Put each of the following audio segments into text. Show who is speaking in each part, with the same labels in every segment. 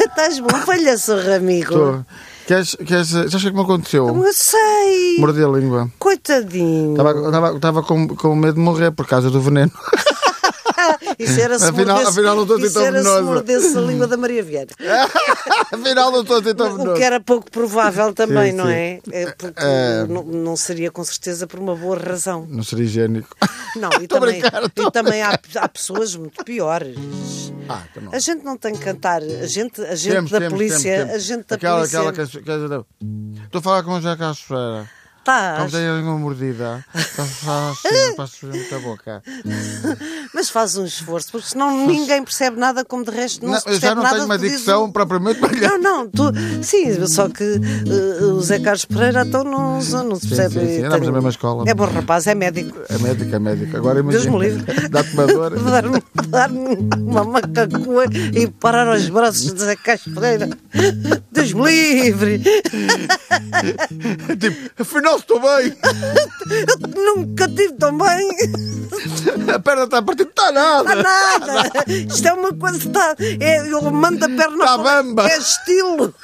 Speaker 1: Estás bom, palhaçorro, amigo.
Speaker 2: Estou. Queres, queres, já sei como aconteceu.
Speaker 1: Eu sei.
Speaker 2: Mordi a língua.
Speaker 1: Coitadinho.
Speaker 2: Estava, estava, estava com, com medo de morrer por causa do veneno.
Speaker 1: Isso era se
Speaker 2: Afinal-
Speaker 1: mordesse-
Speaker 2: afinal não estou assim
Speaker 1: isso
Speaker 2: tão
Speaker 1: era se
Speaker 2: venenoso. É
Speaker 1: mordesse a língua da Maria Vieira.
Speaker 2: Afinal, não estou a tentar
Speaker 1: O que era pouco provável também,
Speaker 2: Sim,
Speaker 1: não
Speaker 2: sim.
Speaker 1: é? É Porque
Speaker 2: Eh,
Speaker 1: não, não seria com certeza por uma boa razão.
Speaker 2: Não seria higiênico.
Speaker 1: Não, e
Speaker 2: Tô a
Speaker 1: também,
Speaker 2: brincar, tô
Speaker 1: e
Speaker 2: a
Speaker 1: também há, há pessoas muito piores.
Speaker 2: Ah, então não.
Speaker 1: A gente não tem que cantar. A gente, a gente
Speaker 2: Temos,
Speaker 1: da
Speaker 2: temos,
Speaker 1: polícia.
Speaker 2: temos, temos.
Speaker 1: A gente da
Speaker 2: aquela,
Speaker 1: polícia.
Speaker 2: Aquela que, que ajudou. Estou a falar com o Jack à espera.
Speaker 1: Tá,
Speaker 2: Como tem a língua mordida, está a falar assim, para sujar muita boca.
Speaker 1: mas faz um esforço, porque senão ninguém percebe nada, como de resto não,
Speaker 2: Não,
Speaker 1: se
Speaker 2: eu
Speaker 1: percebe
Speaker 2: já não
Speaker 1: nada
Speaker 2: tenho uma
Speaker 1: do que diz
Speaker 2: dicção
Speaker 1: o-
Speaker 2: propriamente
Speaker 1: Não,
Speaker 2: melhor.
Speaker 1: não, tu... sim, só que eh, o Zé Carlos Pereira então não, não se
Speaker 2: Sim,
Speaker 1: percebe.
Speaker 2: sim, sim, andamos na mesma escola.
Speaker 1: É bom rapaz, é médico.
Speaker 2: É médico, é médico. Agora
Speaker 1: Deus
Speaker 2: imagina.
Speaker 1: me livre.
Speaker 2: Dá-te uma dor.
Speaker 1: Dar-me dar um, uma macacua e parar aos braços de Zé Carlos Pereira. Deus me livre!
Speaker 2: tipo, afinal estou bem.
Speaker 1: Nunca tive tão bem!
Speaker 2: A perna está a partir. Está
Speaker 1: Há
Speaker 2: nada.
Speaker 1: nada! Isto é uma coisa. Tá, é, eu mando a perna
Speaker 2: Tá
Speaker 1: para-
Speaker 2: bamba.
Speaker 1: É estilo!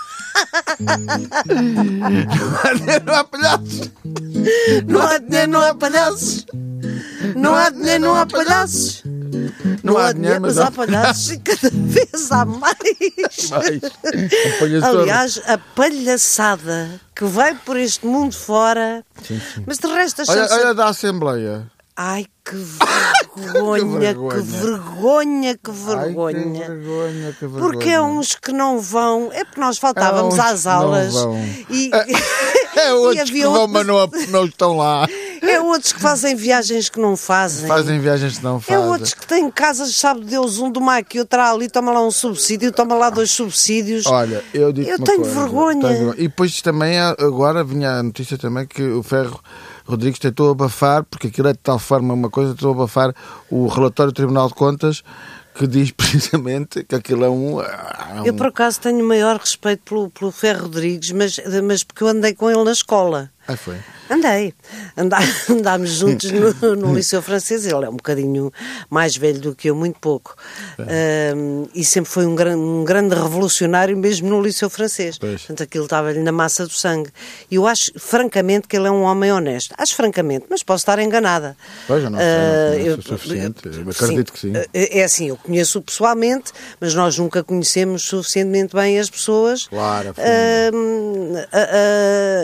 Speaker 1: Ah,
Speaker 2: Não há palhaços.
Speaker 1: Não há dinheiro, não há palhaços. Não há dinheiro, não há palhaços.
Speaker 2: Não há dinheiro, mas há
Speaker 1: palhaços. E cada vez há mais.
Speaker 2: Mais. Um palhaço.
Speaker 1: Aliás, a palhaçada que vai por este mundo fora. Mas de resto,
Speaker 2: Olha,
Speaker 1: achamos.
Speaker 2: olha da Assembleia.
Speaker 1: Ai, que vergonha, que
Speaker 2: vergonha.
Speaker 1: vergonha, que
Speaker 2: Ai, que
Speaker 1: vergonha.
Speaker 2: vergonha, que vergonha.
Speaker 1: Porque é um há uns que não vão, é porque nós faltávamos
Speaker 2: Há uns que
Speaker 1: às
Speaker 2: não
Speaker 1: aulas
Speaker 2: vão.
Speaker 1: e,
Speaker 2: É
Speaker 1: e
Speaker 2: outros que
Speaker 1: havia
Speaker 2: vão,
Speaker 1: outros,
Speaker 2: mas não, não estão lá.
Speaker 1: é outros que fazem viagens que não
Speaker 2: Fazem viagens que não
Speaker 1: É
Speaker 2: fazem.
Speaker 1: outros que têm casas, sabe Deus, um do Mike e outra ali, toma lá um subsídio, toma lá dois subsídios.
Speaker 2: Olha, eu digo
Speaker 1: Eu tenho vergonha.
Speaker 2: E depois também, há- agora vinha a notícia também que o Ferro Rodrigues tentou abafar, porque aquilo é de tal forma uma coisa, tentou abafar o relatório do Tribunal de Contas que diz precisamente que aquilo é um. é um-
Speaker 1: Eu, por acaso, tenho maior respeito pelo, pelo Ferro Rodrigues, mas, mas porque eu andei com ele na escola.
Speaker 2: Ah, foi.
Speaker 1: Andei. Andá, andámos juntos no, no Liceu Francês. Ele é um bocadinho mais velho do que eu, muito pouco. Ahm, e sempre foi um, gran, um grande revolucionário, mesmo no Liceu Francês.
Speaker 2: Pois.
Speaker 1: Portanto, aquilo estava-lhe na massa do sangue. E eu acho, francamente, que ele é um homem honesto. Acho francamente, mas posso estar enganada.
Speaker 2: Pois, eu não sei,
Speaker 1: Ah,
Speaker 2: não conheço
Speaker 1: eu-
Speaker 2: o suficiente. Eu acredito que sim.
Speaker 1: É é assim, eu conheço-o pessoalmente, mas nós nunca conhecemos suficientemente bem as pessoas.
Speaker 2: Claro, afinal.
Speaker 1: Hum, a-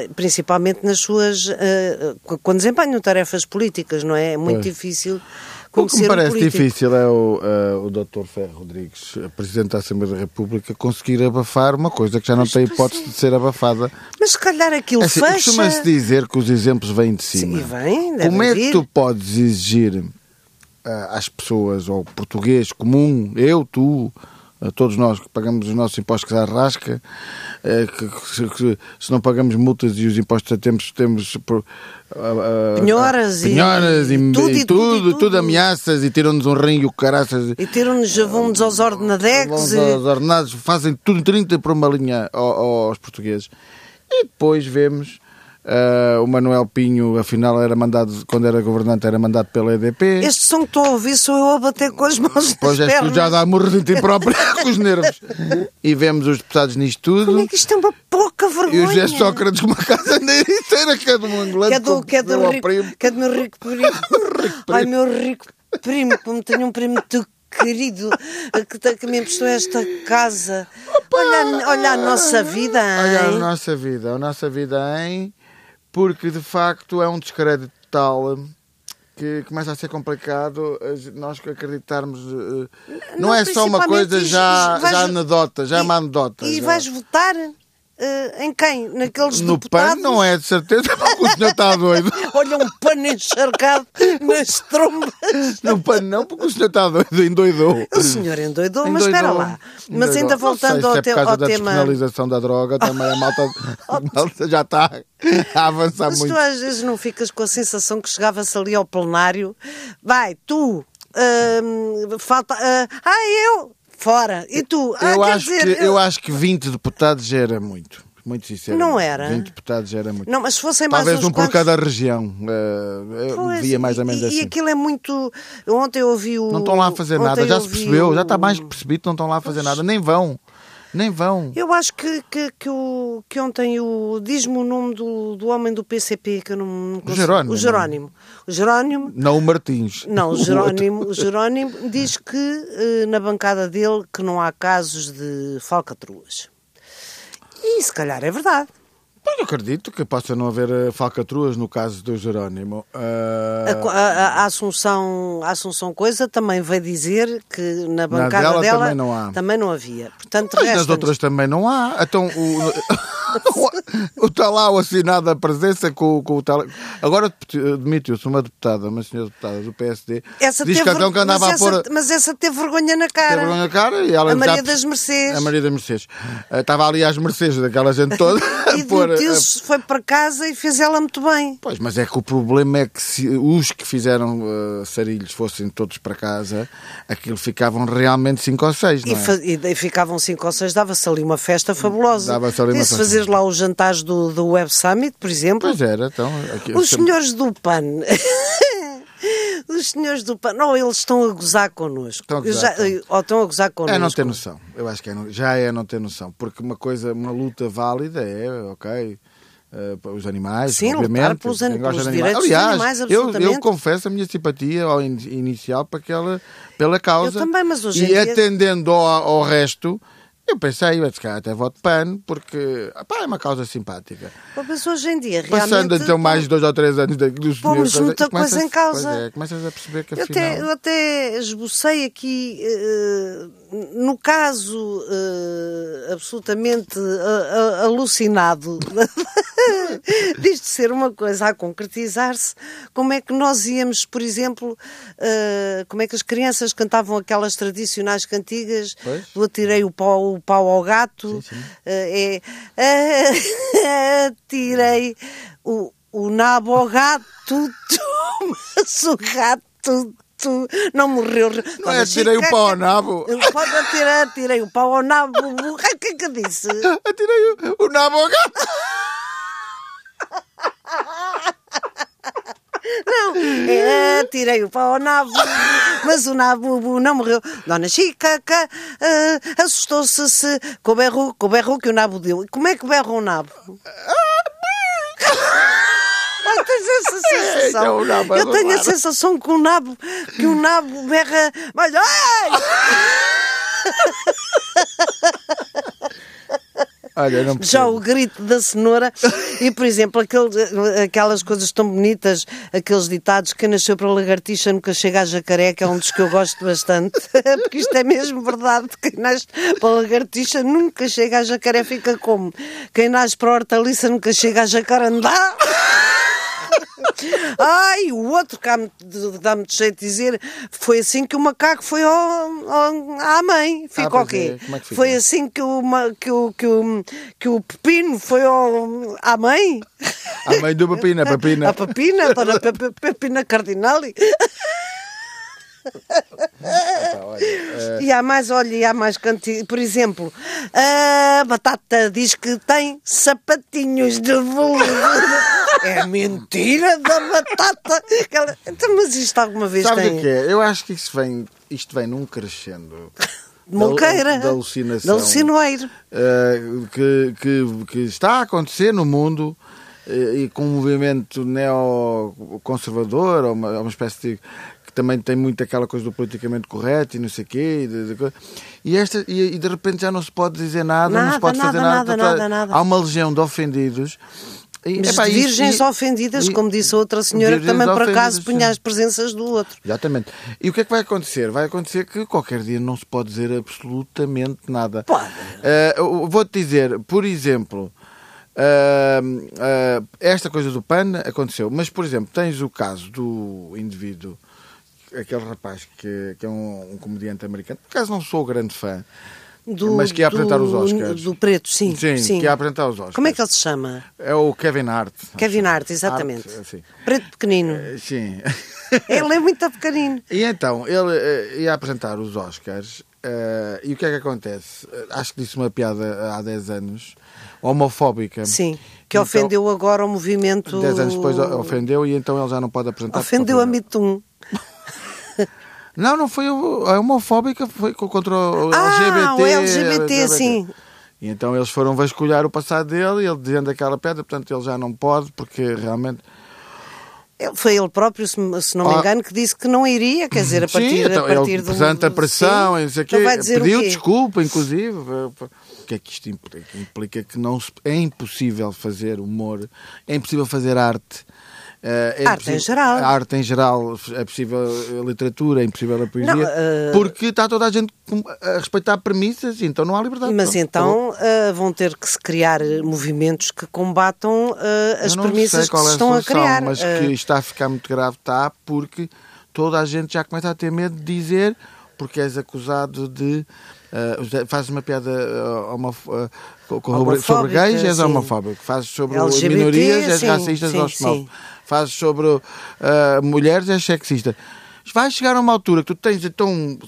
Speaker 1: a- principalmente nas suas. ah, ah, quando desempenham tarefas políticas, não é? É muito
Speaker 2: Pois.
Speaker 1: difícil
Speaker 2: O que
Speaker 1: conhecer
Speaker 2: me
Speaker 1: um
Speaker 2: parece
Speaker 1: político.
Speaker 2: difícil é o, eh, o Dr. Ferro Rodrigues, Presidente da Assembleia da República, conseguir abafar uma coisa que já não tem
Speaker 1: pois
Speaker 2: hipótese
Speaker 1: é.
Speaker 2: de ser abafada.
Speaker 1: Mas se calhar aquilo
Speaker 2: É assim,
Speaker 1: fecha.
Speaker 2: Costuma-se dizer que os exemplos vêm de cima.
Speaker 1: Sim, vêm, devem
Speaker 2: Como é
Speaker 1: vir.
Speaker 2: que tu podes exigir ah, às pessoas, ao português comum, eu, tu, a todos nós que pagamos os nossos impostos à rasca, eh, que, que se- que se não pagamos multas e os impostos a tempos, temos por- ah, ah,
Speaker 1: Penhoras e-
Speaker 2: penhoras e,
Speaker 1: e tudo,
Speaker 2: e
Speaker 1: e tudo, e
Speaker 2: tudo, tudo
Speaker 1: tudo.
Speaker 2: ameaças e tiram-nos um rinho, caraças.
Speaker 1: E tiram-nos javundos aos eh, ordenadex.
Speaker 2: Vão
Speaker 1: e-
Speaker 2: aos ordenados, fazem tudo 30 por uma linha ao- aos portugueses. E depois vemos ah, o Manuel Pinho, afinal, era mandado, quando era governante, era mandado pela EDP.
Speaker 1: Este né? som que estou a ouvir sou eu a bater com as mãos nas
Speaker 2: Depois és tu
Speaker 1: pernas.
Speaker 2: é, já dá morrer de ti próprio com os nervos. E vemos os deputados nisto
Speaker 1: Como é
Speaker 2: tudo.
Speaker 1: que isto é uma pouca
Speaker 2: E
Speaker 1: vergonha?
Speaker 2: os José Sócrates com uma casa inteira, que é de um angolano.
Speaker 1: Que é do,
Speaker 2: como
Speaker 1: que é do
Speaker 2: deu ao
Speaker 1: rico,
Speaker 2: primo.
Speaker 1: que é do meu rico primo. Ai, meu rico primo, como tenho um primo tão querido que, tá- que me emprestou esta casa. Olha, a n- olha a nossa vida,
Speaker 2: Olha a
Speaker 1: hein?
Speaker 2: nossa vida, a nossa vida em. Porque de facto é um descrédito tal que começa a ser complicado as- nós que acreditarmos. eh, Não, é só uma
Speaker 1: principalmente
Speaker 2: coisa
Speaker 1: is-
Speaker 2: já,
Speaker 1: is- vais-
Speaker 2: já anedota, já é uma
Speaker 1: e-
Speaker 2: anedota.
Speaker 1: E
Speaker 2: já.
Speaker 1: vais votar eh, em quem? Naqueles
Speaker 2: no
Speaker 1: deputados?
Speaker 2: PAN não é de certeza, porque o senhor está doido.
Speaker 1: Olha um pano encharcado nas trombas.
Speaker 2: No PAN não, porque o senhor está doido, endoidou.
Speaker 1: O senhor endoidou, mas
Speaker 2: Endoidou,
Speaker 1: espera lá. Mas
Speaker 2: endoidou.
Speaker 1: ainda
Speaker 2: não sei
Speaker 1: voltando
Speaker 2: se
Speaker 1: ao,
Speaker 2: é por
Speaker 1: teu-
Speaker 2: causa
Speaker 1: ao
Speaker 2: da
Speaker 1: tema.
Speaker 2: despenalização da droga, também a malta, a malta já está a avançar
Speaker 1: Mas
Speaker 2: Tá muito.
Speaker 1: tu às vezes não ficas com a sensação que chegavas ali ao plenário, vai, tu, hum, falta. ah, ah, eu! Fora! E tu? Ah,
Speaker 2: eu
Speaker 1: quer
Speaker 2: acho
Speaker 1: dizer,
Speaker 2: que eu acho que 20 deputados já era muito. Muito sincero.
Speaker 1: Não era?
Speaker 2: 20 deputados era muito.
Speaker 1: Não, mas se fossem mais
Speaker 2: Talvez
Speaker 1: uns
Speaker 2: um por
Speaker 1: quantos-
Speaker 2: cada região. eh, eu
Speaker 1: Pois,
Speaker 2: via mais ou
Speaker 1: e-
Speaker 2: menos
Speaker 1: e,
Speaker 2: assim.
Speaker 1: aquilo é muito. Ontem eu ouvi o.
Speaker 2: Não estão lá a fazer
Speaker 1: ontem
Speaker 2: nada, já
Speaker 1: eu
Speaker 2: se
Speaker 1: vi
Speaker 2: percebeu,
Speaker 1: o-
Speaker 2: já está mais que percebido, que não estão lá a fazer nada, nem vão, nem vão.
Speaker 1: Eu acho que, que, que, o, que ontem o. Diz-me o nome do, do homem do PCP que eu não, não consigo.
Speaker 2: Jerónimo.
Speaker 1: O Jerónimo. O Jerónimo.
Speaker 2: Não o Martins.
Speaker 1: Não, o
Speaker 2: outro.
Speaker 1: Jerónimo, o Jerónimo diz que eh, na bancada dele que não há casos de falcatruas. E se calhar é verdade.
Speaker 2: Pois eu acredito que possa não haver eh, falcatruas no caso do Jerónimo. Ah,
Speaker 1: A, co- a- a- a Assunção, a Assunção Coisa também vai dizer que na bancada
Speaker 2: dela
Speaker 1: dela
Speaker 2: também não há.
Speaker 1: também não havia. Portanto,
Speaker 2: mas nas
Speaker 1: resta-nos-
Speaker 2: outras também não há. Então, o, o, está lá o assinado à presença com, com o tal. Agora eh, demitiu-se uma deputada, uma senhora deputada do PSD.
Speaker 1: Essa
Speaker 2: diz
Speaker 1: teve
Speaker 2: que então que
Speaker 1: ver-
Speaker 2: andava
Speaker 1: mas,
Speaker 2: a pôr.
Speaker 1: essa, mas essa teve vergonha na cara.
Speaker 2: Teve vergonha na cara e ela
Speaker 1: a
Speaker 2: já
Speaker 1: Maria
Speaker 2: perce-
Speaker 1: das Mercedes.
Speaker 2: A Maria das Mercedes. Eh, Estava ali às Mercedes daquela gente toda. a
Speaker 1: E
Speaker 2: pôr, eh,
Speaker 1: demitiu-se, foi para casa e fez ela muito bem.
Speaker 2: Pois, mas é que o problema é que se os que fizeram eh, sarilhos fossem todos para casa, aquilo ficavam realmente cinco ou seis não
Speaker 1: E,
Speaker 2: é?
Speaker 1: fa- e daí ficavam cinco ou seis, dava-se ali uma festa fabulosa.
Speaker 2: Dava-se ali uma
Speaker 1: Podia-se
Speaker 2: festa.
Speaker 1: fazer lá os jantares do, do Web Summit, por exemplo.
Speaker 2: Pois era, então. aqui-
Speaker 1: Os senhores do PAN. Os senhores do PAN. Não, eles estão a gozar connosco.
Speaker 2: Estão a
Speaker 1: Eu
Speaker 2: gozar,
Speaker 1: já-
Speaker 2: estão.
Speaker 1: ou estão a gozar connosco.
Speaker 2: É não ter noção. Eu acho que é não- já é não ter noção. Porque uma coisa, uma luta válida é, ok, eh, para os animais,
Speaker 1: Sim, lutar
Speaker 2: obviamente.
Speaker 1: pelos
Speaker 2: quem
Speaker 1: an-
Speaker 2: gosta
Speaker 1: pelos
Speaker 2: de
Speaker 1: direitos dos
Speaker 2: Aliás,
Speaker 1: animais,
Speaker 2: eu, eu
Speaker 1: absolutamente.
Speaker 2: confesso a minha simpatia ao in- inicial para aquela, pela causa.
Speaker 1: Eu também, mas hoje em
Speaker 2: E
Speaker 1: dia-
Speaker 2: atendendo ao, ao resto... Eu pensei, eu cá até voto pano, porque pá, é uma causa simpática.
Speaker 1: Mas hoje em dia, realmente.
Speaker 2: Passando então mais dois ou três anos daquilo,
Speaker 1: Pomos muita coisa em causa.
Speaker 2: Pois é, começas a perceber que
Speaker 1: Eu
Speaker 2: afinal...
Speaker 1: até, eu até esbocei aqui, eh, no caso eh, absolutamente eh, eh, alucinado disto ser uma coisa a concretizar-se, como é que nós íamos, por exemplo, eh, como é que as crianças cantavam aquelas tradicionais cantigas
Speaker 2: Pois.
Speaker 1: do Atirei o Pau, o pau ao Gato, eh, é Atirei o, o Nabo ao Gato, tu, mas o gato. tu Não morreu.
Speaker 2: Não é atirei o pau ao nabo.
Speaker 1: Pode atirar, atirei o pau ao nabo. O que é que eu disse?
Speaker 2: Atirei o, o nabo ao gato.
Speaker 1: Não, é, atirei o pau ao nabo, mas o nabo não morreu. Dona Chica ca- ah, assustou-se se, com, o berro, com o berro que o nabo deu. E Como é que berra um nabo? Ah, tens essa sensação.
Speaker 2: É, então o nabo a
Speaker 1: Eu tenho a
Speaker 2: roubar.
Speaker 1: sensação que o nabo, que o nabo berra. Mas, ai!
Speaker 2: Olha, não
Speaker 1: já o grito da cenoura e, por exemplo, aquele- aquelas coisas tão bonitas, aqueles ditados que nasceu para lagartixa nunca chega a jacaré, que é um dos que eu gosto bastante, porque isto é mesmo verdade, quem nasce para lagartixa nunca chega a jacaré, fica como? Quem nasce para hortaliça nunca chega a jacarandá. Ai, o outro que há muito- de- dá-me de jeito de dizer foi assim que o macaco foi ao, ao- à mãe. Ficou o
Speaker 2: pois é,
Speaker 1: quê?
Speaker 2: como é que fica?
Speaker 1: Foi assim que o, ma- que o, que o, que o pepino foi ao, à mãe.
Speaker 2: A mãe do Papina, Papina.
Speaker 1: A papina, para a pe- pe- pepina cardinale.
Speaker 2: eh,
Speaker 1: E há mais, olha, e há mais cantigas. Por exemplo, a batata diz que tem sapatinhos de veludo. É mentira da batata. Que ela- Então, mas isto alguma vez
Speaker 2: Sabe o
Speaker 1: tem.
Speaker 2: que é? Eu acho que isso vem, isto vem num crescendo.
Speaker 1: De Molqueira.
Speaker 2: Da, da alucinação.
Speaker 1: De alucinoeiro.
Speaker 2: eh, que, que, que está a acontecer no mundo eh, e com um movimento neoconservador, ou uma, ou uma espécie de. que também tem muito aquela coisa do politicamente correto e não sei o quê. E de, de co- e, esta, e, e de repente já não se pode dizer nada, não
Speaker 1: Nada,
Speaker 2: se pode fazer
Speaker 1: nada,
Speaker 2: nada.
Speaker 1: nada,
Speaker 2: portanto,
Speaker 1: nada, nada.
Speaker 2: Há uma legião de ofendidos. E,
Speaker 1: Mas
Speaker 2: epá,
Speaker 1: de
Speaker 2: isto-
Speaker 1: virgens
Speaker 2: e-
Speaker 1: ofendidas,
Speaker 2: e-
Speaker 1: como disse a outra senhora, que
Speaker 2: virgens
Speaker 1: também por acaso
Speaker 2: ofendidas,
Speaker 1: punha
Speaker 2: sim.
Speaker 1: as presenças do outro.
Speaker 2: Exatamente. E o que é que vai acontecer? Vai acontecer que qualquer dia não se pode dizer absolutamente nada.
Speaker 1: Pode.
Speaker 2: Eh, eu Vou-te dizer, por exemplo, ah, ah, esta coisa do PAN aconteceu, mas, por exemplo, tens o caso do indivíduo, aquele rapaz que, que é um, um comediante americano, por acaso não sou grande fã,
Speaker 1: do,
Speaker 2: Mas que ia apresentar
Speaker 1: do-
Speaker 2: os Oscars.
Speaker 1: Do preto, sim.
Speaker 2: Sim,
Speaker 1: sim.
Speaker 2: que ia apresentar os Oscars.
Speaker 1: Como é que ele se chama?
Speaker 2: É o Kevin Hart.
Speaker 1: Kevin Hart,
Speaker 2: Hart,
Speaker 1: exatamente.
Speaker 2: sim.
Speaker 1: Preto pequenino.
Speaker 2: Eh, Sim.
Speaker 1: Ele é muito pequenino.
Speaker 2: E então, ele eh, ia apresentar os Oscars eh, e o que é que acontece? Eh, Acho que disse uma piada há 10 anos, homofóbica.
Speaker 1: Sim. Que
Speaker 2: Então,
Speaker 1: ofendeu agora o movimento.
Speaker 2: 10 anos depois o- ofendeu e então ele já não pode apresentar. porque
Speaker 1: Ofendeu a um. Mitum.
Speaker 2: Não, não foi o- a homofóbica, foi co- contra o
Speaker 1: Ah,
Speaker 2: LGBT.
Speaker 1: o LGBT, sim.
Speaker 2: E então eles foram vasculhar o passado dele, ele dizendo aquela pedra, portanto ele já não pode, porque realmente.
Speaker 1: Ele- Foi ele próprio, se, se não me
Speaker 2: Ah.
Speaker 1: engano, que disse que não iria, quer dizer, a
Speaker 2: Sim,
Speaker 1: partir,
Speaker 2: então,
Speaker 1: a partir
Speaker 2: ele,
Speaker 1: do
Speaker 2: perante a pressão,
Speaker 1: Sim.
Speaker 2: e não sei o quê,
Speaker 1: Então vai dizer o
Speaker 2: pediu
Speaker 1: quê?
Speaker 2: desculpa, inclusive. O que é que isto implica? Implica que não se- é impossível fazer humor, é impossível fazer arte. eh, é
Speaker 1: Arte em
Speaker 2: impossível-
Speaker 1: geral.
Speaker 2: a Arte em geral, é possível a literatura, é impossível a poesia,
Speaker 1: eh,
Speaker 2: porque está toda a gente com- a respeitar premissas e então não há liberdade.
Speaker 1: Mas
Speaker 2: Pronto,
Speaker 1: então ah, vão ter que se criar eh, movimentos que combatam ah,
Speaker 2: Eu
Speaker 1: as
Speaker 2: não sei
Speaker 1: premissas que
Speaker 2: qual é
Speaker 1: se estão a
Speaker 2: solução,
Speaker 1: criar.
Speaker 2: Mas
Speaker 1: Ah,
Speaker 2: que está a ficar muito grave, está, porque toda a gente já começa a ter medo de dizer porque és acusado de. eh, fazes uma piada eh, homof- eh, co- co- sobre- sobre
Speaker 1: Homofóbica,
Speaker 2: gays, és
Speaker 1: sim.
Speaker 2: homofóbico. Fazes sobre
Speaker 1: LGBT,
Speaker 2: minorias, és
Speaker 1: sim,
Speaker 2: racista,
Speaker 1: sim,
Speaker 2: és
Speaker 1: sim.
Speaker 2: xenófobo. Fazes sobre eh, mulheres, és sexista. Vai chegar a uma altura que tu tens então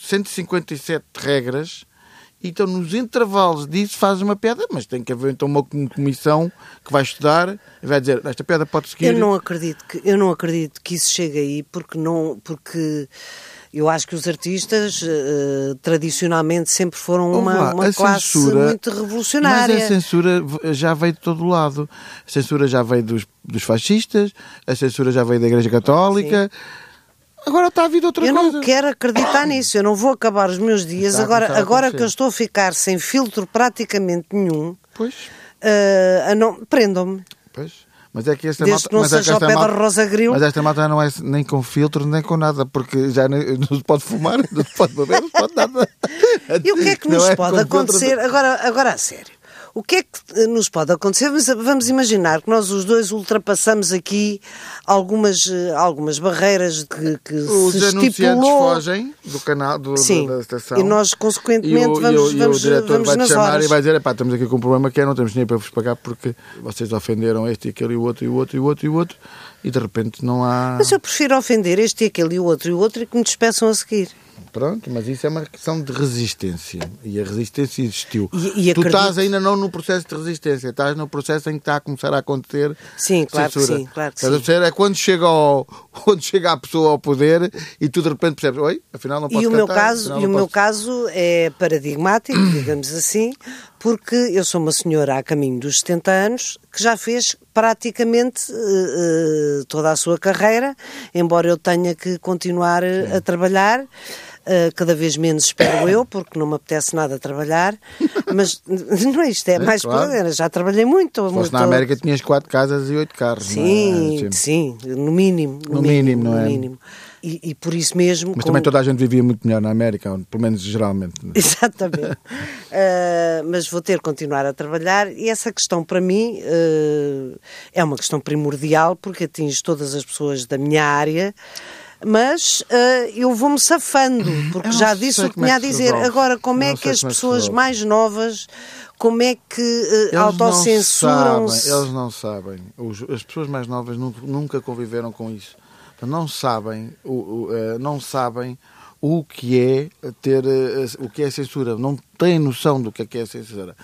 Speaker 2: 157 regras. Então, nos intervalos disso, fazes uma piada, mas tem que haver então uma com- comissão que vai estudar e vai dizer: esta piada pode seguir.
Speaker 1: Eu não acredito que eu não acredito que isso chegue aí porque não porque eu acho que os artistas eh, tradicionalmente sempre foram
Speaker 2: Ouve
Speaker 1: uma,
Speaker 2: lá,
Speaker 1: uma
Speaker 2: a
Speaker 1: classe
Speaker 2: censura-
Speaker 1: muito revolucionária.
Speaker 2: Mas a censura v- já veio de todo lado. A censura já veio dos, dos fascistas, a censura já veio da Igreja Católica. Agora está a vir de outra
Speaker 1: eu
Speaker 2: coisa.
Speaker 1: não quero acreditar nisso, eu não vou acabar os meus dias
Speaker 2: Está a
Speaker 1: agora
Speaker 2: começar a
Speaker 1: agora que
Speaker 2: acontecer.
Speaker 1: eu estou a ficar sem filtro praticamente nenhum.
Speaker 2: Pois,
Speaker 1: eh, a não prendam-me.
Speaker 2: pois. Mas é que esta
Speaker 1: Desde
Speaker 2: malta,
Speaker 1: que não
Speaker 2: mas é
Speaker 1: seja ao
Speaker 2: esta
Speaker 1: pé da
Speaker 2: malta-
Speaker 1: Rosa Gril.
Speaker 2: Mas esta malta não é nem com filtro, nem com nada, porque já nem- não se pode fumar, não se pode beber, não se pode nada.
Speaker 1: E o que é que
Speaker 2: Não
Speaker 1: nos
Speaker 2: é
Speaker 1: pode
Speaker 2: com filtro,
Speaker 1: acontecer? Agora, agora a sério. O que é que eh, nos pode acontecer? Mas eh, vamos imaginar que nós os dois ultrapassamos aqui algumas, eh, algumas barreiras que, que
Speaker 2: Os
Speaker 1: se
Speaker 2: anunciantes
Speaker 1: estipulou.
Speaker 2: fogem do canal do,
Speaker 1: Sim.
Speaker 2: da estação.
Speaker 1: E nós, consequentemente,
Speaker 2: E o-
Speaker 1: vamos-
Speaker 2: e o, e o
Speaker 1: vamos-
Speaker 2: diretor
Speaker 1: vamos
Speaker 2: vai
Speaker 1: nas
Speaker 2: te chamar
Speaker 1: horas.
Speaker 2: e vai dizer: "Epá, estamos aqui com um problema que é, não temos dinheiro para vos pagar porque vocês ofenderam este e aquele e o outro e o outro e o outro e o outro. E de repente não há.
Speaker 1: Mas eu prefiro ofender este e aquele e o outro e o outro e que me despeçam a seguir.
Speaker 2: Pronto, mas isso é uma questão de resistência. E a resistência existiu.
Speaker 1: E- e
Speaker 2: tu
Speaker 1: acredito-
Speaker 2: estás ainda não no processo de resistência, estás no processo em que está a começar a acontecer.
Speaker 1: Sim, claro que
Speaker 2: censura.
Speaker 1: sim, claro que
Speaker 2: Estás a
Speaker 1: sim.
Speaker 2: perceber? É quando chega, ao, quando chega a pessoa ao poder e tu de repente percebes: oi, afinal não posso
Speaker 1: E o
Speaker 2: cantar,
Speaker 1: meu caso,
Speaker 2: afinal
Speaker 1: e
Speaker 2: não
Speaker 1: o meu
Speaker 2: posso."
Speaker 1: caso é paradigmático, digamos assim, porque eu sou uma senhora a caminho dos 70 anos que já fez praticamente eh, eh, toda a sua carreira, embora eu tenha que continuar eh, a trabalhar. eh, cada vez menos espero eu, porque não me apetece nada trabalhar, mas não é isto, é mais
Speaker 2: claro.
Speaker 1: pela- já trabalhei muito.
Speaker 2: Se fosse
Speaker 1: é muito-
Speaker 2: na América tinhas quatro casas e oito carros. não é?
Speaker 1: Sim, sim, no mínimo.
Speaker 2: No mínimo, não
Speaker 1: no
Speaker 2: é?
Speaker 1: mínimo. E, e por isso mesmo.
Speaker 2: Mas
Speaker 1: como-
Speaker 2: também toda a gente vivia muito melhor na América, ou pelo menos geralmente. né?
Speaker 1: Exatamente. Ah, mas vou ter que continuar a trabalhar e essa questão para mim ah, é uma questão primordial porque atinge todas as pessoas da minha área. Mas ah, eu vou-me safando, porque
Speaker 2: Uhum. Eu não
Speaker 1: já
Speaker 2: sei
Speaker 1: disse o que
Speaker 2: como é
Speaker 1: tinha a
Speaker 2: que se
Speaker 1: dizer.
Speaker 2: resolve.
Speaker 1: Agora, como
Speaker 2: Eu
Speaker 1: é
Speaker 2: não
Speaker 1: que
Speaker 2: sei
Speaker 1: as
Speaker 2: como é que se
Speaker 1: pessoas
Speaker 2: resolve.
Speaker 1: mais novas, como é que ah,
Speaker 2: Eles não
Speaker 1: autocensuram-se?
Speaker 2: sabem, eles não sabem. Os- as pessoas mais novas nu- nunca conviveram com isso. Portanto, Não sabem o, o, eh, não sabem o que é ter eh, o que é censura. Não têm noção do que é que é censura.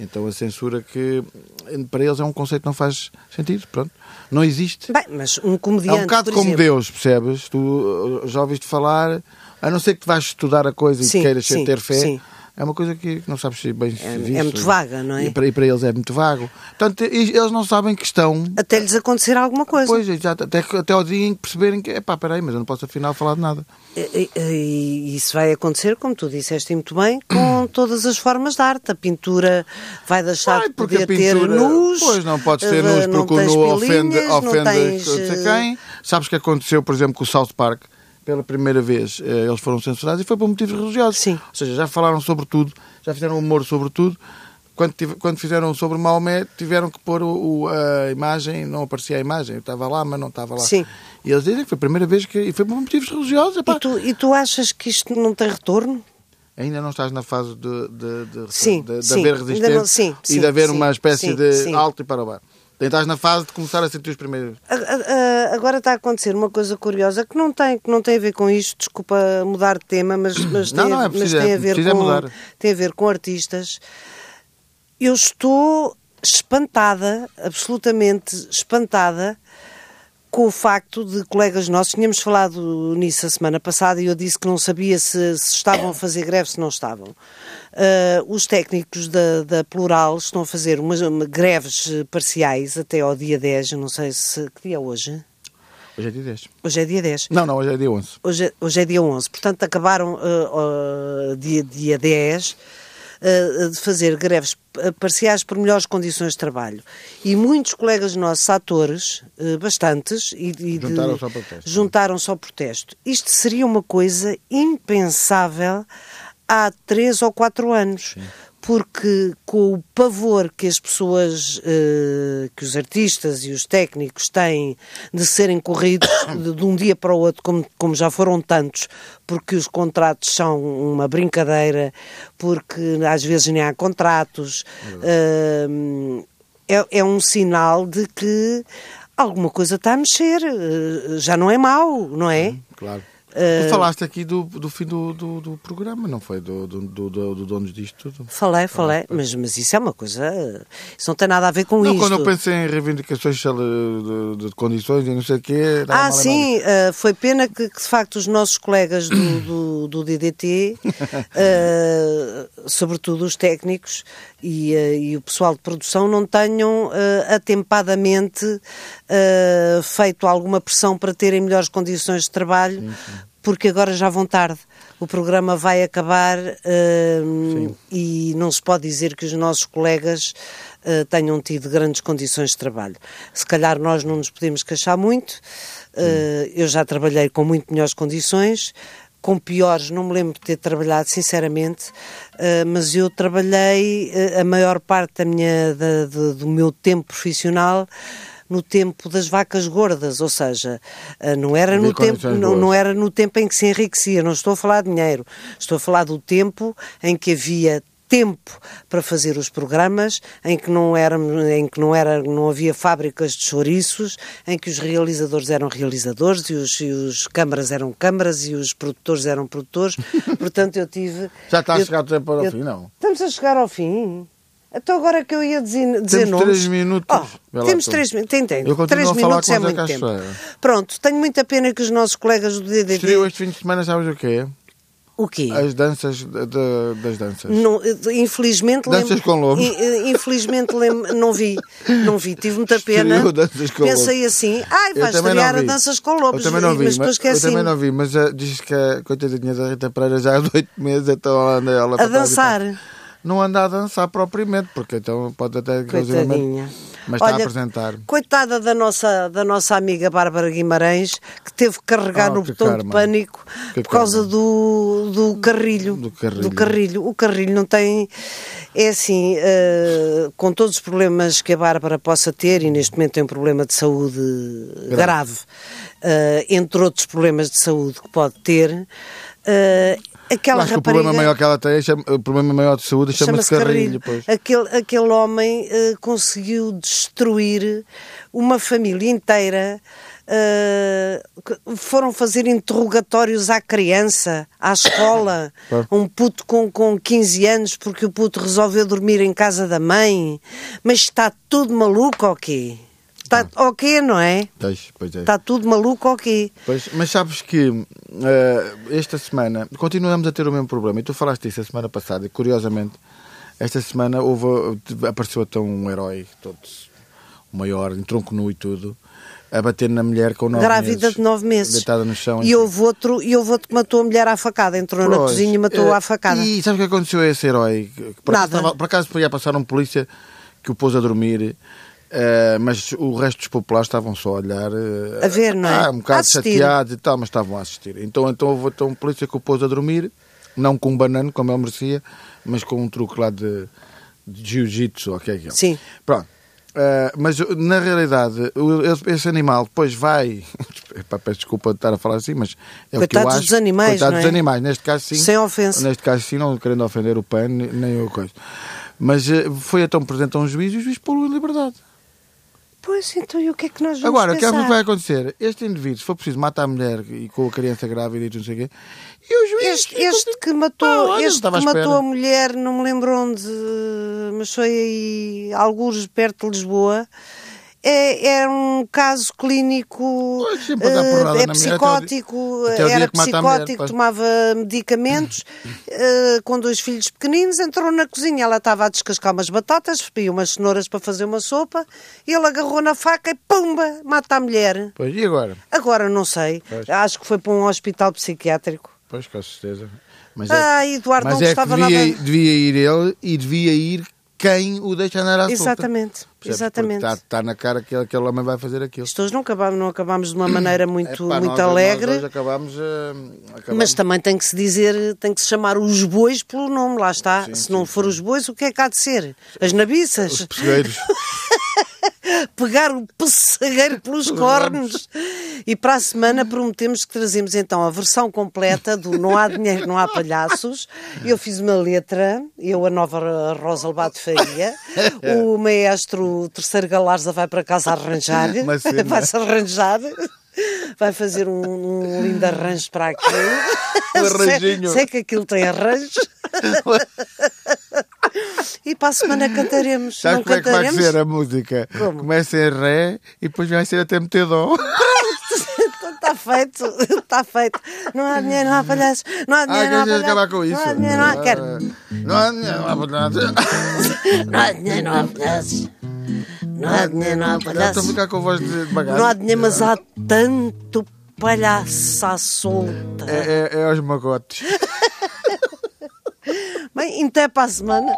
Speaker 2: Então a censura que eh, para eles é um conceito que não faz sentido, pronto. Não existe.
Speaker 1: Bem, mas um
Speaker 2: É
Speaker 1: comediante,
Speaker 2: um bocado
Speaker 1: por
Speaker 2: como
Speaker 1: exemplo,
Speaker 2: Deus, percebes? Tu uh, já ouviste falar, a não ser que vais estudar a coisa
Speaker 1: Sim,
Speaker 2: e queiras
Speaker 1: sim,
Speaker 2: ter fé,
Speaker 1: sim.
Speaker 2: é uma coisa que não sabes se bem se
Speaker 1: É- é
Speaker 2: existe.
Speaker 1: muito vaga, não é?
Speaker 2: E para, e para eles é muito vago. Portanto, e- eles não sabem que estão.
Speaker 1: até lhes acontecer alguma coisa.
Speaker 2: Pois, exato, até, que- até ao dia em que perceberem que, epá, peraí, mas eu não posso afinal falar de nada.
Speaker 1: E, e- e isso vai acontecer, como tu disseste muito bem, com todas as formas de arte. A pintura vai deixar
Speaker 2: Vai,
Speaker 1: de poder ter nus.
Speaker 2: Pois, não podes
Speaker 1: eh,
Speaker 2: ter nus
Speaker 1: não
Speaker 2: porque o
Speaker 1: tens
Speaker 2: nu ofende,
Speaker 1: pilinhas, não
Speaker 2: ofende
Speaker 1: tens,
Speaker 2: não sei
Speaker 1: eh,
Speaker 2: quem. Sabes que aconteceu, por exemplo, com o South Park. Pela primeira vez eh, eles foram censurados e foi por motivos religiosos.
Speaker 1: Sim.
Speaker 2: Ou seja, já falaram sobre tudo, já fizeram humor sobre tudo. Quando, tive- quando fizeram sobre Maomé, tiveram que pôr o- o- a imagem, não aparecia a imagem. Eu estava lá, mas não estava lá.
Speaker 1: Sim.
Speaker 2: E eles dizem que foi a primeira vez que. E foi por motivos religiosos. epá.
Speaker 1: E tu, e tu achas que isto não tem retorno?
Speaker 2: ainda não estás na fase de, de, de,
Speaker 1: Sim,
Speaker 2: de- de
Speaker 1: sim.
Speaker 2: haver
Speaker 1: Ainda
Speaker 2: resistência
Speaker 1: não- sim,
Speaker 2: e
Speaker 1: sim,
Speaker 2: de haver
Speaker 1: sim,
Speaker 2: uma espécie
Speaker 1: sim,
Speaker 2: de
Speaker 1: sim.
Speaker 2: alto e para baixo. Então, Estás na fase de começar a sentir os primeiros.
Speaker 1: A- a- a- Agora está a acontecer uma coisa curiosa que não tem, que não tem a ver com isto, desculpa mudar de tema, mas, mas,
Speaker 2: Não,
Speaker 1: tem, a-
Speaker 2: não, é
Speaker 1: mas
Speaker 2: preciso,
Speaker 1: tem
Speaker 2: é
Speaker 1: a ver
Speaker 2: preciso é
Speaker 1: com,
Speaker 2: mudar.
Speaker 1: tem a ver com artistas. Eu estou espantada, absolutamente espantada, com o facto de colegas nossos, tínhamos falado nisso a semana passada e eu disse que não sabia se, se estavam a fazer greve, se não estavam. Ah, os técnicos da, da Plural estão a fazer umas uma- greves eh, parciais até ao dia 10, eu não sei se. Que dia é hoje?
Speaker 2: Hoje é dia 10.
Speaker 1: Hoje é dia 10.
Speaker 2: Não, não, hoje é dia 11.
Speaker 1: Hoje, é- hoje é dia 11, portanto acabaram eh, eh, dia, dia 10 eh, de fazer greves eh, parciais por melhores condições de trabalho. E muitos colegas nossos, atores, eh, bastantes, e, e de-
Speaker 2: Juntaram-se ao protesto.
Speaker 1: juntaram-se ao protesto. Isto seria uma coisa impensável há três ou quatro anos. Porque com o pavor que as pessoas, eh, que os artistas e os técnicos têm de serem corridos de, de um dia para o outro, como, como já foram tantos, porque os contratos são uma brincadeira, porque às vezes nem há contratos, eh, é, é um sinal de que alguma coisa está a mexer. eh, Já não é mau, não é? Eh,
Speaker 2: Claro. Tu falaste aqui do, do fim do, do, do programa, não foi? Do, do, do, do, do dono disto tudo.
Speaker 1: Falei, falei, mas, mas isso é uma coisa. eh, Isso não tem nada a ver com
Speaker 2: Não,
Speaker 1: isto.
Speaker 2: quando eu pensei em reivindicações sal- de, de- de condições e não sei o quê. dava-me
Speaker 1: Ah,
Speaker 2: a lembrar
Speaker 1: sim, eh, foi pena que, que, de facto os nossos colegas do, do, do DDT, eh, sobretudo os técnicos e, eh, e o pessoal de produção, não tenham eh, atempadamente eh, feito alguma pressão para terem melhores condições de trabalho, porque agora já vão tarde. O programa vai acabar eh, e não se pode dizer que os nossos colegas eh, tenham tido grandes condições de trabalho. Se calhar nós não nos podemos queixar muito. eh,
Speaker 2: Hum.
Speaker 1: eu já trabalhei com muito melhores condições, com piores não me lembro de ter trabalhado, sinceramente, eh, mas eu trabalhei eh, a maior parte da minha, da- da- do meu tempo profissional no tempo das vacas gordas, ou seja, eh, não era
Speaker 2: Havia
Speaker 1: no tempo,
Speaker 2: condições
Speaker 1: não,
Speaker 2: boas.
Speaker 1: não não era no tempo em que se enriquecia, não estou a falar de dinheiro, estou a falar do tempo em que havia tempo para fazer os programas, em que não era, em que não era, não havia fábricas de chouriços, em que os realizadores eram realizadores e os, e os câmaras eram câmaras e os produtores eram produtores. Portanto, eu tive
Speaker 2: Já está a
Speaker 1: eu-
Speaker 2: chegar o tempo ao
Speaker 1: eu-
Speaker 2: fim, não?
Speaker 1: Estamos a chegar ao fim. Até agora que eu ia dizer, dizer
Speaker 2: Temos
Speaker 1: nomes.
Speaker 2: três minutos.
Speaker 1: Oh,
Speaker 2: Vê lá
Speaker 1: temos
Speaker 2: tu.
Speaker 1: três minutos. Entende?
Speaker 2: Eu continuo
Speaker 1: Três
Speaker 2: a falar
Speaker 1: minutos
Speaker 2: com
Speaker 1: é
Speaker 2: o Zé
Speaker 1: muito tempo.
Speaker 2: Cachoeira.
Speaker 1: Pronto, tenho muita pena que os nossos colegas do DDD...
Speaker 2: Estreou este fim de semana, sabes o quê?
Speaker 1: O quê?
Speaker 2: As danças de- de- das danças.
Speaker 1: Não, infelizmente
Speaker 2: Danças
Speaker 1: lembro-
Speaker 2: com lobos.
Speaker 1: in- Infelizmente lembro- não vi, não vi, tive muita pena.
Speaker 2: Estreou Danças com
Speaker 1: Pensei assim, ai, vai
Speaker 2: Eu também não
Speaker 1: estrear a
Speaker 2: vi.
Speaker 1: danças com é lobos,
Speaker 2: Eu também não vi,
Speaker 1: mas depois
Speaker 2: eu também
Speaker 1: esqueci-me.
Speaker 2: não vi, mas eh, diz que a coitadinha da Rita Pereira já há oito meses então ela anda ela
Speaker 1: A
Speaker 2: para trás e para-
Speaker 1: dançar.
Speaker 2: Não anda a dançar propriamente, porque então pode até
Speaker 1: Coitadinha.
Speaker 2: inclusivamente, mas está a
Speaker 1: Olha,
Speaker 2: apresentar.
Speaker 1: Coitada da nossa, da nossa amiga Bárbara Guimarães, que teve que carregar
Speaker 2: Oh,
Speaker 1: no
Speaker 2: que
Speaker 1: botão de
Speaker 2: karma.
Speaker 1: pânico
Speaker 2: Que
Speaker 1: por causa
Speaker 2: karma.
Speaker 1: do, do, carrilho,
Speaker 2: Do carrilho.
Speaker 1: carrilho. O carrilho não tem. É assim, eh, com todos os problemas que a Bárbara possa ter, e neste momento tem um problema de saúde grave, eh, entre outros problemas de saúde que pode ter, eh,
Speaker 2: Eu
Speaker 1: aquela
Speaker 2: Acho que o
Speaker 1: rapariga.
Speaker 2: problema maior que ela tem, é chama- o problema maior de saúde é chama-se carrilho, pois.
Speaker 1: Aquele, aquele homem eh, conseguiu destruir uma família inteira. eh, que foram fazer interrogatórios à criança, à escola,
Speaker 2: Claro.
Speaker 1: um puto com, com 15 anos porque o puto resolveu dormir em casa da mãe. Mas está tudo maluco ou quê? Está ok, não é?
Speaker 2: Pois, pois é.
Speaker 1: Está tudo maluco ou quê?
Speaker 2: Pois, mas sabes que eh, esta semana continuamos a ter o mesmo problema. E tu falaste isso a semana passada, e curiosamente, esta semana houve, apareceu até um herói, todo o maior, em tronco nu e tudo, a bater na mulher com nove
Speaker 1: Grávida
Speaker 2: meses,
Speaker 1: de nove meses.
Speaker 2: Deitada no chão.
Speaker 1: E
Speaker 2: enfim.
Speaker 1: houve outro, e houve outro que matou a mulher à facada. Entrou na
Speaker 2: Pois,
Speaker 1: cozinha e matou
Speaker 2: eh,
Speaker 1: à facada.
Speaker 2: E sabes o que aconteceu a esse herói? Que Por acaso,
Speaker 1: Nada.
Speaker 2: estava- por acaso ia passar um polícia que o pôs a dormir. eh, mas o resto dos populares estavam só a olhar eh,
Speaker 1: A ver, não é?
Speaker 2: ah, um bocado
Speaker 1: A assistir.
Speaker 2: chateados e tal, mas estavam a assistir então, então houve então, um polícia que o pôs a dormir não com um banano, como ele merecia mas com um truque lá de, de jiu-jitsu, ou o que é que é
Speaker 1: Sim.
Speaker 2: pronto, Eh, mas na realidade o- esse esse animal depois vai Epá, peço desculpa de estar a falar assim, mas é o que eu
Speaker 1: Coitados
Speaker 2: acho.
Speaker 1: dos animais,
Speaker 2: Coitados
Speaker 1: não é?
Speaker 2: dos animais, neste caso sim.
Speaker 1: Sem ofensa.
Speaker 2: Neste caso sim, não querendo ofender o PAN, nem- nem eu coisa. Mas eh, foi então presente a um juiz e o juiz pô-lo em liberdade.
Speaker 1: Pois então, e o que é que nós vamos
Speaker 2: Agora, o que é que
Speaker 1: pensar?
Speaker 2: vai acontecer? Este indivíduo, se for preciso, mata a mulher e com a criança grávida e tudo não sei o quê, e o juiz...
Speaker 1: Este, este que matou,
Speaker 2: Ah, olha,
Speaker 1: este
Speaker 2: estava à
Speaker 1: que
Speaker 2: espera.
Speaker 1: matou a mulher, não me lembro onde, mas foi aí, alguns perto de Lisboa. É, era um caso clínico,
Speaker 2: Olha, sempre a dar porrada na
Speaker 1: eh, é
Speaker 2: mulher,
Speaker 1: psicótico,
Speaker 2: até o dia- até o dia
Speaker 1: era
Speaker 2: que mata a mulher,
Speaker 1: psicótico,
Speaker 2: pois.
Speaker 1: tomava medicamentos, eh, com dois filhos pequeninos, entrou na cozinha, ela estava a descascar umas batatas, e umas cenouras para fazer uma sopa, ele agarrou na faca e pumba, mata a mulher.
Speaker 2: Pois, e agora?
Speaker 1: Agora não sei,
Speaker 2: Pois.
Speaker 1: acho que foi para um hospital psiquiátrico.
Speaker 2: Pois, com certeza. Mas
Speaker 1: Ah, Eduardo,
Speaker 2: mas
Speaker 1: não
Speaker 2: é
Speaker 1: gostava
Speaker 2: que devia,
Speaker 1: nada.
Speaker 2: devia ir ele e devia ir quem o deixa andar à solta.
Speaker 1: Exatamente,
Speaker 2: Percebes?
Speaker 1: exatamente.
Speaker 2: Porque Está, está na cara que aquele homem vai fazer aquilo.
Speaker 1: Isto hoje não acabámos, não acabámos de uma maneira muito,
Speaker 2: Epá,
Speaker 1: muito
Speaker 2: nós-
Speaker 1: alegre,
Speaker 2: Nós hoje acabámos, eh, acabámos-
Speaker 1: mas também tem que se dizer, tem que se chamar os bois pelo nome, lá está. se não for os bois, o que é que há de ser? As
Speaker 2: os
Speaker 1: nabiças?
Speaker 2: pessegueiros.
Speaker 1: Pegar o pessegueiro pelos cornos. E para a semana prometemos que trazemos então a versão completa do Não Há Dinheiro, Não Há Palhaços. Eu fiz uma letra, eu, a nova Rosa Lobato Faria, o maestro Terceiro Galarza vai para casa arranjar,
Speaker 2: Uma cena.
Speaker 1: vai-se arranjar. Vai fazer um, um lindo arranjo para aquilo.
Speaker 2: Um
Speaker 1: Sei-
Speaker 2: arranjinho.
Speaker 1: Sei, que aquilo tem arranjo. E para a semana cantaremos.
Speaker 2: Sabes
Speaker 1: não
Speaker 2: como é que vai
Speaker 1: cantaremos?
Speaker 2: ser a música?
Speaker 1: Como?
Speaker 2: Começa em ré e depois vai ser até meter dó.
Speaker 1: Está Tá feito, está feito. Não há dinheiro, não há palhaços. Não há
Speaker 2: Ah,
Speaker 1: dinheiro, não há
Speaker 2: queres
Speaker 1: palhaços.
Speaker 2: acabar com isso?
Speaker 1: Não há
Speaker 2: Ah,
Speaker 1: dinheiro, não há quero.
Speaker 2: Não há dinheiro, não há palhaços.
Speaker 1: Não há dinheiro, não há palhaços. Não há dinheiro, não há
Speaker 2: Já Estou a
Speaker 1: palhaços.
Speaker 2: ficar com a voz de devagar.
Speaker 1: Não há dinheiro, mas há tanto palhaço à solta.
Speaker 2: É, é, é aos magotes.
Speaker 1: Bem, até então é para a semana.